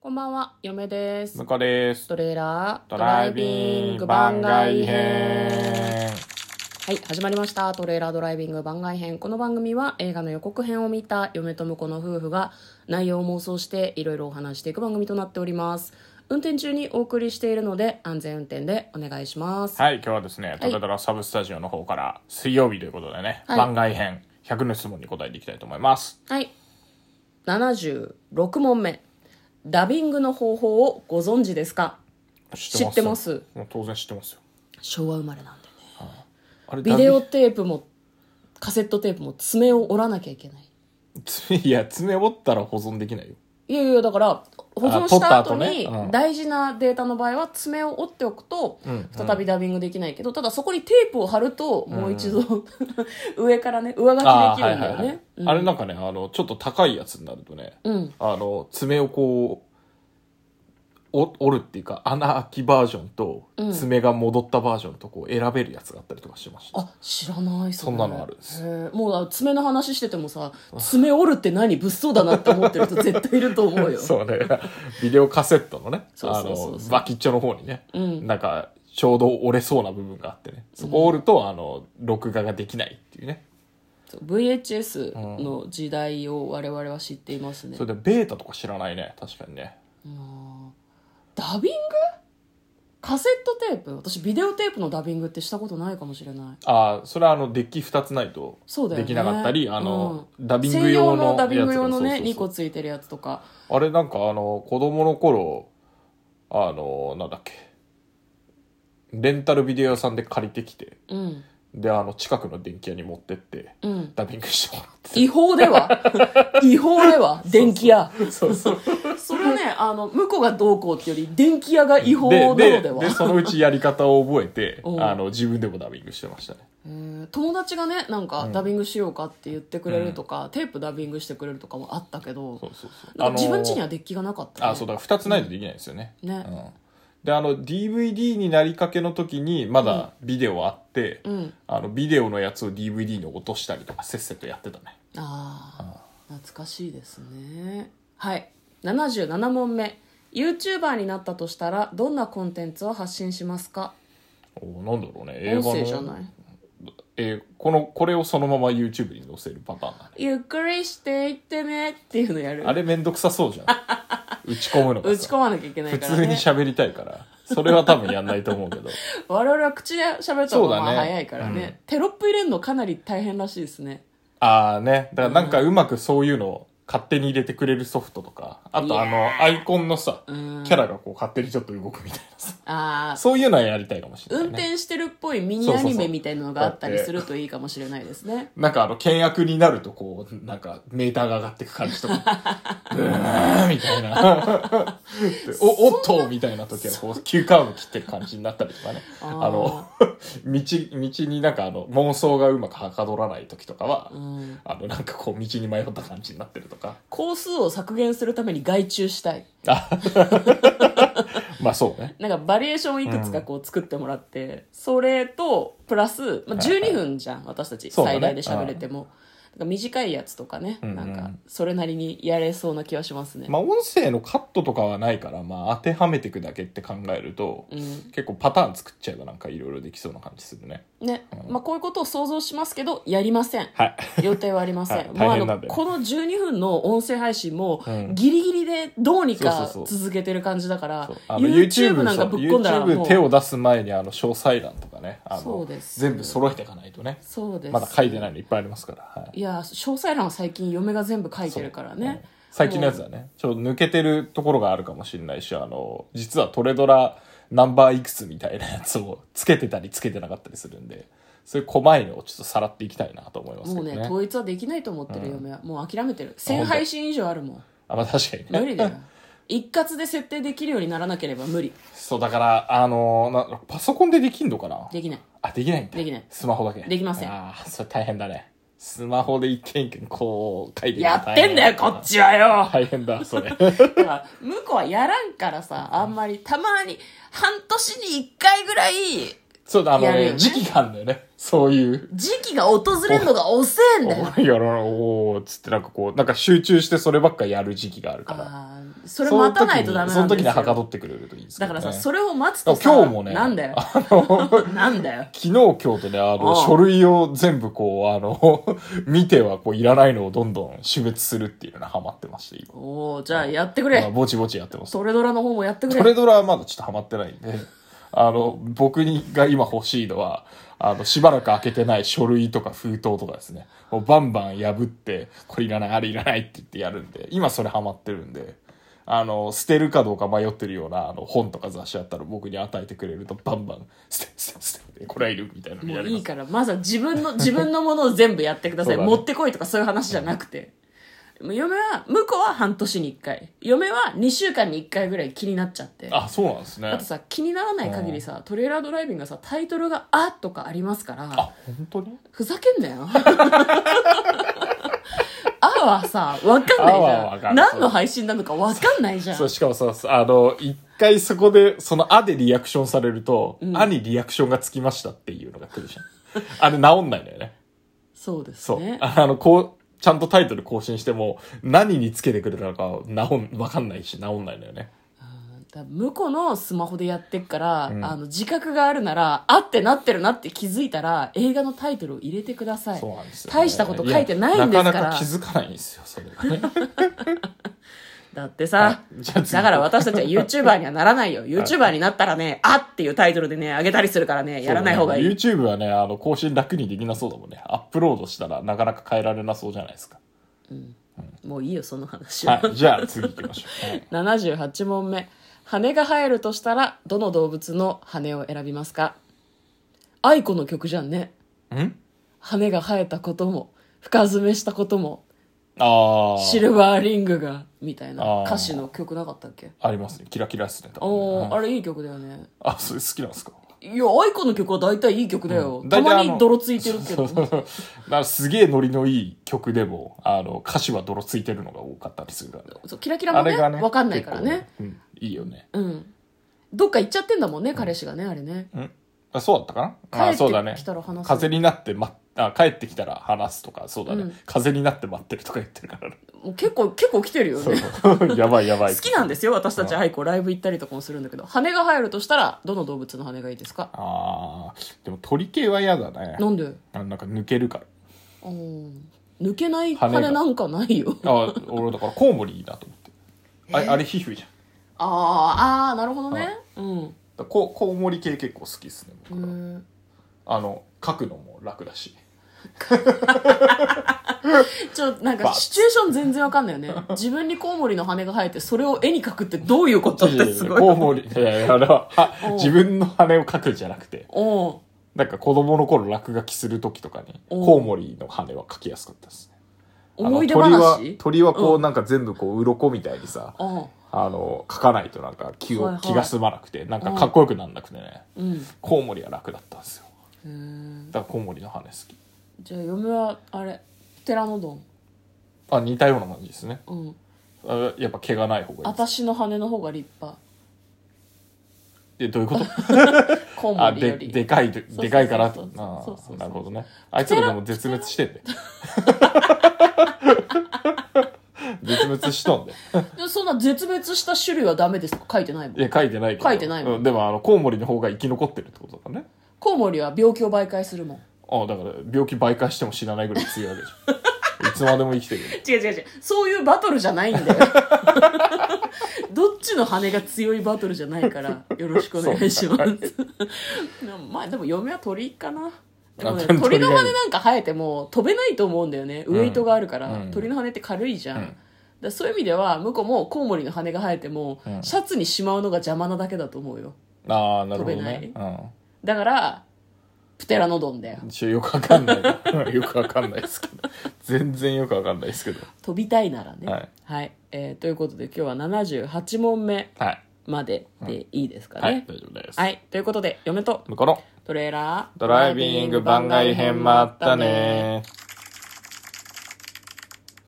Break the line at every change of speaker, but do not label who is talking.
こんばんは、嫁です
向。こうです。
トレーラード
ドライビング番外編。
はい、始まりました。トレーラードライビング番外編。この番組は映画の予告編を見た嫁と婿の夫婦が内容を妄想していろいろお話していく番組となっております。運転中にお送りしているので安全運転でお願いします。
はい、今日はですね、トレドラサブスタジオの方から水曜日ということでね、
はい
番外編100の質問に答えていきたいと思います。
はい。76問目。ダビングの方法をご存知ですか
知
知ってます
もう当然知ってますよ。
昭和生まれなんでね。
あれ
ビデオテープもカセットテープも爪を折らなきゃいけない。
ダビ いや、爪折ったら保存できないよ。
いやいやだから保存した後に
取った後ねうん
大事なデータの場合は爪を折っておくと
ん
再びダビングできないけどただそこにテープを貼るともう一度 上からね上書きできるんだよねうん
あれなんかね、あの、ちょっと高いやつになるとね、
うん
あの、爪をこう、お折るっていうか穴開きバージョンと
うん
爪が戻ったバージョンとこう選べるやつがあったりとかしてました、
あ知らない
そんなのあるんです
へえもうあ爪の話しててもさ爪折るって何物騒だなって思ってる人絶対いると思うよ
そうね。ビデオカセットのね、
そう
あ
そうそう
の
そう、
バキッチョの方にね、
うん
なんか、ちょうど折れそうな部分があってね。そこを折ると、あの、録画ができないっていうね。
そう VHS の時代を我々は知っていますね
それで、ベータとか知らないね。確かにね。
あーダビングカセットテープ私ビデオテープのダビングってしたことないかもしれない
ああ、それはあの、デッキ2つないと
そうだよ
で
ね
きなかったり、あの、
うん
ダビング用
専
のやつ
ダビング用の
そう
ね
そうそう
2個ついてるやつとか
あれなんかあの子供の頃あのなんだっけレンタルビデオ屋さんで借りてきて
うん
であの近くの電気屋に持ってって
うん
ダビングしてもらって
違法では 違法では電気屋
そうそう
それはねあの向こうがどうこうっていうより電気屋が違法なの
で
では
でそのうちやり方を覚え て
うん
あの自分でもダビングしてましたね
えー友達がねなんかダビングしようかって言ってくれるとか、テープダビングしてくれるとかもあったけど
そうそうそう
なんか自分家には
は
デッキがなかった、ね、
あそうだ2つないとできないんですよね、
ね
うんであの DVD になりかけの時にまだビデオあって、
うん
あのビデオのやつを DVD に落としたりとかせっせとやってたね
ああ懐かしいですねはい77問目 YouTuber になったとしたらどんなコンテンツを発信しますか
おなんだろうね映
音
画
声
の
じゃない
えーこのこれをそのまま YouTube に載せるパターンだね
ゆっくりしていってねっていうのやる
あれめんどくさそうじゃ ん打ち込むのが
打ち込
さ
まなきゃいけない
普
から
通に
ね
喋りたいからそれは多分やんないと思うけど
我々は口で喋った方がま
そ
あ
うだね
早いからね
うん
テロップ入れるのかなり大変らしいですね
ああねだからなんかうまくそういうのを勝手に入れてくれるソフトとかあとあ
い
のアイコンのさキ
うん
ャラがこう勝手にちょっと動くみたいなさ
ああ
そういうのはやりたいかもしれな
運
いね
転してるっぽいミニアニメみたいなのがあったりするといいかもしれないですね
なんかあの倹約になるとこうなんかメーターが上がってく感じとか うーんみたいなでおおっとみたいな時はこう急カーブ切ってる感じになったりとかね
あ
あ
ー
の 道道になんかあの妄想がうまくはかどらない時とかは、
うん
あのなんかこう道に迷った感じになってるとか
工数を削減するために外注したい
あまあそうね
なんかバリエーションをいくつかこう作ってもらって、それとプラス、まあ、
はいはい
12分じゃん、私たち
そうだ
最
ね
大で喋れても、なんか短いやつとかね、
うんうん
なんかそれなりにやれそうな気はしますね、
まあ音声のカットとかはないから、まあ、当てはめていくだけって考えると、
うん
結構パターン作っちゃえばなんかいろいろできそうな感じするね
ねまあ、こういうことを想像しますけどやりません
はい
予定はありません、
はい
もうあ
大変な
の
んで
この12分の音声配信も
うん
ギリギリでどうにか
そうそうそう
続けてる感じだから、
そうあの
YouTube なんかぶっ込んだら
そう
も
YouTube
う
手を出す前にあの詳細欄とかねあの
そうです
全部揃えていかないとね
そうです
まだ書いてないのいっぱいありますから、はい
いや詳細欄は最近嫁が全部書いてるからね、
うん最近のやつはねちょっと抜けてるところがあるかもしれないしあの実はトレドラナンバーいくつみたいなやつをつけてたりつけてなかったりするんでそういう細いのをちょっとさらっていきたいなと思いますけ
も
ど
う
ね
ね統一はできないと思ってる嫁は、もう諦めてる1000配信以上あるもん
あまあ確かにね
無理だ よ一括で設定できるようにならなければ無理
そうだからあのなパソコンでできんのかな
できない
あできないんだ
できない
スマホだけ
できません
ああそれ大変だねスマホで一件一件こう書いていくの
やってんだよこっちはよ
大変だそれ
だから向こうはやらんからさあんまりたまに半年に1回ぐらい
そうだあの
やるよ
ね
ね
時期があるんだよねそういう
時期が訪れるのが遅えんだよ
おいやろうおーっつってなんかこうなんか集中してそればっかやる時期があるから
あーそれ待たないと
その
ダメ
時にそ
なん
の
です
時
よ
にはかどってくれるといいですけ
だ
ど
か
ね
らさ、それを待つとさ、
今日もね
なんだよ。 なんだよ。
昨日今日とね、あの、
うん
書類を全部こう、あの、 見てはこう、いらないのをどんどん死滅するっていうのにハマってまして、今。
おー、じゃあやってく
まあ
れ。
ぼちぼちやってます。
トレドラの方もやってく
ト
れ。
レドラはまだちょっとハマってないんで、 あの、僕にが今欲しいのは、あの、しばらく開けてない書類とか封筒とかですね。もうバンバン破って、これいらない、あれいらないって言ってやるんで、今それハマってるんで、あの、捨てるかどうか迷ってるような、あの、本とか雑誌あったら僕に与えてくれると、バンバン、捨て、捨て、捨て、これはいるみたいなの
も
や
う
り
い
ま
い
す。
から、まずは自分の、 自分のものを全部やってください。
そうだね
持ってこいとかそういう話じゃなくて。もう嫁は、向こうは半年に1回。嫁は2週間に1回ぐらい気になっちゃって。
あ、そうなんですね。
だってさ、気にならない限りさ、トレーラードライビングがさ、タイトルがあとかありますから。
あ、本当に
ふざけんなよ。 あはさ、わかんないじ
あはわ
ゃ
か
ん。
る
何の配信なのかわかんないじゃん。
そう、しかもさ、あの、一回そこで、その、あでリアクションされると、あ、にリアクションがつきましたっていうのが来るじゃん。 あれ治んないんだよね。
そうです
そう。
ね。
あの、こう、ちゃんとタイトル更新しても、何につけてくれたのか、治ん、わかんないし、治んないんだよね。
だから向こうのスマホでやってっから、あの自覚があるならあってなってるなって気づいたら映画のタイトルを入れてください
そうなんですよ、
大したこと書いてないんですから
やなかなか気づかないんですよ、それがね。
だってさ
はいじゃあ次
だから私たちは YouTuber にはならないよ YouTuber になったらね「あ」っていうタイトルでね上げたりするからねやらない方がいい、
YouTube はね、あの、更新楽にできなそうだもんね。アップロードしたら、なかなか変えられなそうじゃないですか。
もういいよその話は、
はい。じゃあ、次行きましょう。はい
78問目羽が生えるとしたらどの動物の羽を選びますか愛子の曲じゃんね
ん
羽が生えたことも深爪したことも
ああ。
シルバーリングがみたいな
あー
歌詞の曲なかったっけ
ありますね。キラキラっすね。多分ね
お
う
ー
ん
あれいい曲だよね
あ、それ好きなんですか
いや愛子の曲は大体いい曲だよ、
うん
た
大体あの
まに泥ついてるけど
だからすげえノリのいい曲でも、あの、歌詞は泥ついてるのが多かったりするからね。
そうキラキラも
あ
ね
れがね。
分かんないからね
結構。うんいいよね。
うんどっか行っちゃってんだもんね、彼氏がねあれね
うんあそうだったかな
帰っ
あ、
て
そうだね
きたら話。す
風になって、ま、あ、帰ってきたら話すとか、そうだね。
うん
風になって待ってるとか言ってるから ね。
もう結構結構来てるよね
そうやばいやばい。
好きなんですよ私たち愛子ライブ行ったりとかもするんだけど羽が生えるとしたらどの動物の羽がいいですか
ああ、でも鳥系は嫌だね。
なんで
あなんか抜けるから。
うん抜けない
羽が
羽なんかない よ
あ俺だからコウモリだと思って。あれ、あれ皮膚じゃん。
あーあーなるほどねうん
だこコウモリ系結構好きですね
う
僕は
ん
あの書くのも楽だし
ちょなんか
バ
シチュエーション全然わかんないよ ね自分にコウモリの羽が生えてそれを絵に描くってどういうことって すご
コウ
い
モリいやいやあれは
おう
は自分の羽を描くじゃなくて
おう
なんか子供の頃落書きする時とかに
おう
コウモリの羽は描きやすかったですねあの
思い出
鳥は
話
鳥はこ
う
うなんか全部こう鱗みたいにさ
おう
あの描かないとなんか気
はい
を
はい
気が済まなくてなんかかっこよくなんなくてね
うん
コウモリは楽だったんですよ
へー
だからコウモリの羽好き
じゃあ嫁はあれテラノドン
あ似たような感じですね
うん
あやっぱ毛がない方がいいです
私の羽の方が立派
えどういうこと
コウモ
あ、
リよ
で、
り
でかい、で
そう
でかいからって。
そうそう
あ
そうそうそう
ーなるほどね。あいつらでも絶滅してん で。絶滅しとんで。
でそんな絶滅した種類はダメですか書いてないも
い
ん
や、書いてないけど。
書いてないもん
うんでも、あの、コウモリの方が生き残ってるってことだね。
コウモリは病気を媒介するもん
ああ、だから、病気媒介しても死なないぐらい強いわけじ ゃん。いつまでも生きてるよ。
違う違う違うそういうバトルじゃないんだよ どっちの羽が強いバトルじゃないからよろしくお願いしますでもまあでも嫁は鳥かなでもね
あ鳥
鳥の羽
鳥がいい
なんか生えても飛べないと思うんだよねウエイトがあるから、
うん
鳥の羽って軽いじゃん、
うん
だからそういう意味では向こうもコウモリの羽が生えても、
うん
シャツにしまうのが邪魔なだけだと思うよ
ああ、なるほど
飛
ね。
べ
う
だからプテラノドンだよ
ん。ちょよくわかんない。 よくわかんないですけど。全然よくわかんないですけど。
飛びたいならね
はい、
えーということで今日は78問目
はい。
まででいいですかね、
はい、大丈夫です。
はい。ということで、嫁と
向こうの
トレーラー、
ドライビング番外編もあったね